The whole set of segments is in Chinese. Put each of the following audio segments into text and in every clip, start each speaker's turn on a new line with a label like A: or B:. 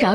A: 扰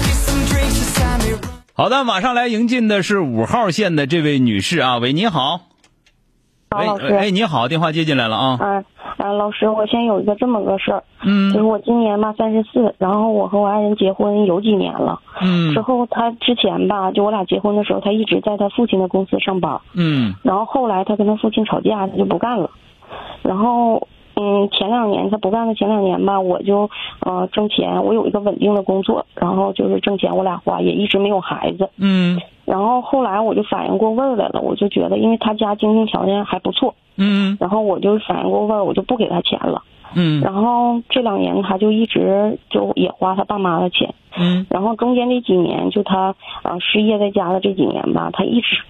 B: Get some drinks inside me.
C: 好的，马上来迎进的是五号线的这位女士啊，喂，你好，
D: 好，老
C: 喂，哎，
D: 师，
C: 你好，电话接进来了啊，
D: 嗯、呃，老师，我先有一个这么个事儿，就是
C: 嗯
D: 我今年吧三十四，然后我和我爱人结婚有几年了，之
C: 嗯
D: 后他之前吧，就我俩结婚的时候，他一直在他父亲的公司上班，
C: 嗯
D: 然后后来他跟他父亲吵架，他就不干了，然后。嗯，前两年他不干了，前两年吧，我就呃挣钱，我有一个稳定的工作，然后就是挣钱我俩花，也一直没有孩子。
C: 嗯
D: 然后后来我就反应过味儿来了，我就觉得因为他家经济条件还不错，
C: 嗯
D: 然后我就反应过味儿，我就不给他钱了。
C: 嗯
D: 然后这两年他就一直就也花他爸妈的钱，
C: 嗯
D: 然后中间这几年就他呃失业在家的这几年吧，他一直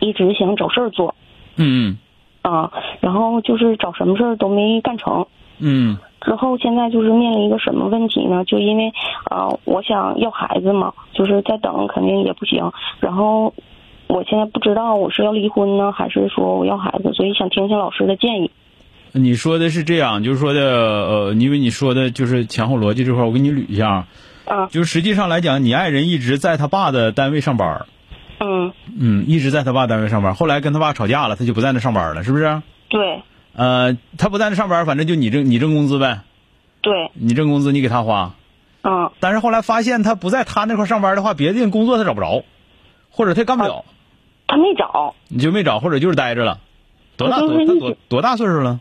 D: 一直想找事儿做
C: 嗯
D: 啊，然后就是找什么事儿都没干成。
C: 嗯
D: 之后现在就是面临一个什么问题呢？就因为呃我想要孩子嘛，就是再等肯定也不行，然后。我现在不知道我是要离婚呢，还是说我要孩子，所以想听听老师的建议。
C: 你说的是这样，就是说的呃，因为你说的就是前后逻辑这块儿，我给你捋一下，
D: 啊，
C: 就实际上来讲，你爱人一直在他爸的单位上班儿，
D: 嗯，
C: 嗯，一直在他爸单位上班儿，后来跟他爸吵架了，他就不在那上班儿了，是不是？
D: 对
C: 呃，他不在那上班儿，反正就你挣你挣工资呗，
D: 对，
C: 你挣工资你给他花，
D: 嗯，
C: 但是后来发现他不在他那块儿上班的话，别的地方工作他找不着，或者他也干不
D: 啊
C: 了，
D: 他没找，
C: 你就没找，或者就是待着了。多大
D: 我就
C: 多
D: 是
C: 他
D: 一
C: 多
D: 直
C: 多大岁数了？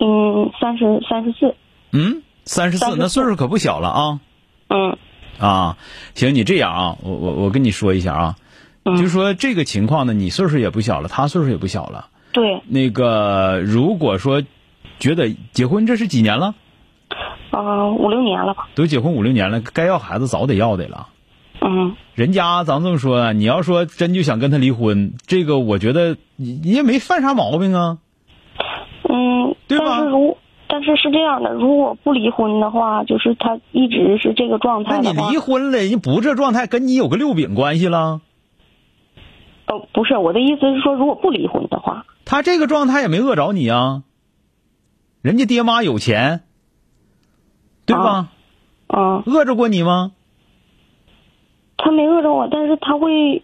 D: 嗯，三十三十四，
C: 嗯，三十四，
D: 34
C: 那岁数可不小了啊
D: 嗯
C: 啊！行，你这样啊，我我我跟你说一下啊，
D: 嗯，
C: 就说这个情况呢，你岁数也不小了，他岁数也不小了。
D: 对，
C: 那个如果说觉得结婚这是几年了，
D: 啊，五六年了吧，
C: 都结婚五六年了，该要孩子早得要得了。
D: 嗯
C: 人家咱们这么说啊，你要说真就想跟他离婚，这个我觉得你你也没犯啥毛病啊。
D: 嗯，
C: 对吧
D: 但是如但是是这样的，如果不离婚的话，就是他一直是这个状
C: 那
D: 态
C: 你
D: 的话
C: 离，婚了，人家不这状态，跟你有个六饼关系了。
D: 呃，不是我的意思是说，如果不离婚的话，
C: 他这个状态也没饿着你啊，人家爹妈有钱，对吧？
D: 嗯，
C: 饿着过你吗？
D: 他没饿着我，但是他会。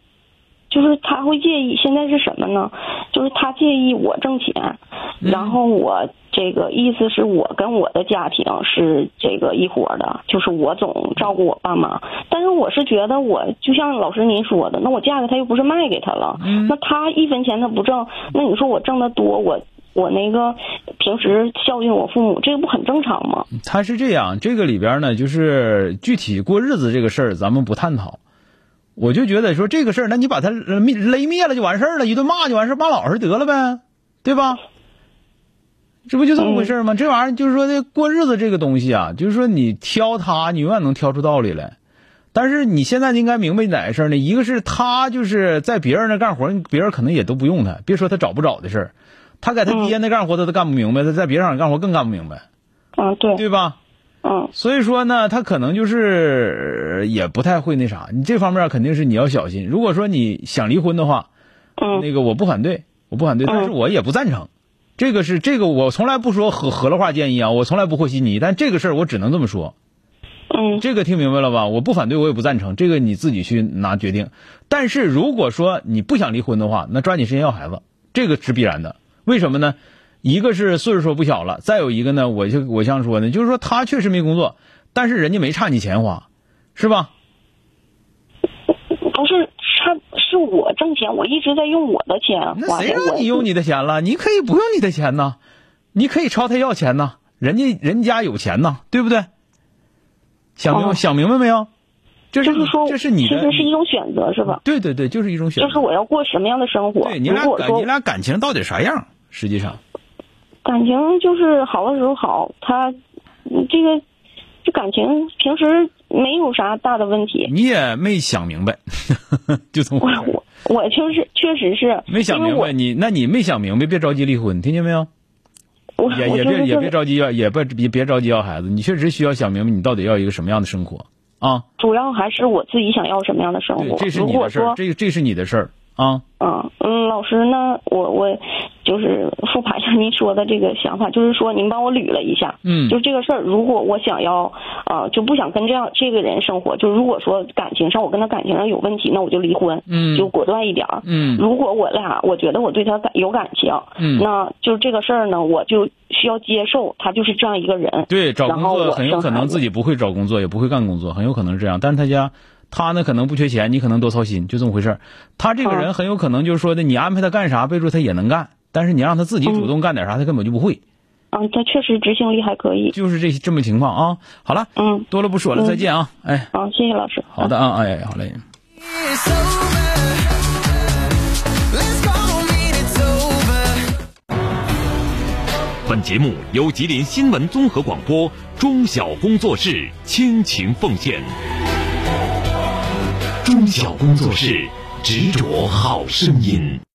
D: 就是他会介意，现在是什么呢？就是他介意我挣钱，然后我这个意思是我跟我的家庭是这个一伙儿的，就是我总照顾我爸妈。但是我是觉得我就像老师您说的，那我嫁给他又不是卖给他了，那他一分钱他不挣，那你说我挣得多，我我那个平时孝敬我父母，这个不很正常吗？
C: 他是这样，这个里边呢，就是具体过日子这个事儿，咱们不探讨。我就觉得说这个事儿，那你把他勒灭勒灭了就完事儿了，一顿骂就完事儿，骂老实得了呗，对吧？这不就这么回事儿吗？这玩意儿就是说的过日子这个东西啊，就是说你挑他，你永远能挑出道理来。但是你现在应该明白哪个事儿呢？一个是他就是在别人那干活，别人可能也都不用他，别说他找不找的事儿，他在他爹那干活他都干不明白，他在别人那干活更干不明白，
D: 嗯，对，
C: 对吧？
D: 嗯
C: 所以说呢，他可能就是呃也不太会那啥，你这方面肯定是你要小心。如果说你想离婚的话，
D: 嗯
C: 那个我不反对，我不反对，
D: 嗯
C: 但是我也不赞成。这个是这个，我从来不说合合了话建议啊，我从来不和稀泥，但这个事儿我只能这么说。
D: 嗯
C: 这个听明白了吧？我不反对，我也不赞成，这个你自己去拿决定。但是如果说你不想离婚的话，那抓紧时间要孩子，这个是必然的。为什么呢？一个是岁数不小了，再有一个呢，我就我想说呢，就是说他确实没工作，但是人家没差你钱花，是吧？
D: 不是他是我挣钱，我一直在用我的钱
C: 那
D: 花
C: 谁
D: 钱，
C: 让
D: 我
C: 你用你的钱了？你可以不用你的钱呐，你可以朝他要钱呐，人家人家有钱呐，对不对？想明白、
D: 哦
C: 想明白没有？这是
D: 就是说，
C: 这是你
D: 其
C: 的，
D: 实是一种选择，是吧？
C: 对对对，就是一种选择。
D: 就是我要过什么样的生活？
C: 对你
D: 如
C: 俩
D: 果
C: 感
D: 说
C: 你俩感情到底啥样？实际上，
D: 感情就是好的时候好，他嗯这个这感情平时没有啥大的问 题。
C: 你也没想明白，就从
D: 我我我就是确实是
C: 嗯没想
D: 因为
C: 明
D: 我
C: 白你，那你没想明白，别着急离婚，听见没有？
D: 我
C: 也
D: 我
C: 也
D: 就是
C: 别也别
D: 特别
C: 着急要，也不别别着急要孩子，你确实需要想明白你到底要一个什么样的生活啊。
D: 主要还是我自己想要什么样的生
C: 对
D: 活。，
C: 这是
D: 如
C: 你
D: 果
C: 的事儿，
D: 说，
C: 这这是你的事儿啊。
D: 嗯嗯，老师呢，我我就是复盘一下您说的这个想法，就是说您帮我捋了一下，
C: 嗯
D: 就这个事儿，如果我想要，呃，就不想跟这样这个人生活，就如果说感情上我跟他感情上有问题，那我就离婚，
C: 嗯
D: 就果断一点儿。
C: 嗯
D: 如果我俩我觉得我对他感有感情，
C: 嗯，
D: 那就这个事儿呢，我就需要接受他就是这样一个人。
C: 对，找工
D: 然后
C: 作
D: 我
C: 很有
D: 生
C: 可
D: 孩
C: 能
D: 子
C: 自己不会找工作，也不会干工作，很有可能是这样。但是他家他呢可能不缺钱，你可能多操心，就这么回事儿。他这个
D: 啊
C: 人很有可能就是说的，你安排他干啥，备注他也能干，但是你让他自己主动干点啥，他根本就不会，
D: 嗯，他确实执行力还可以。
C: 就是这这么情况啊。好了，
D: 嗯，
C: 多了不说了，再见啊，哎，
D: 好，谢谢老师。
C: 好的啊，哎，好嘞。
B: It's over. Let's go mean it's over.
E: 本节目由吉林新闻综合广播中小工作室倾情奉献。中小工作室执着好声音。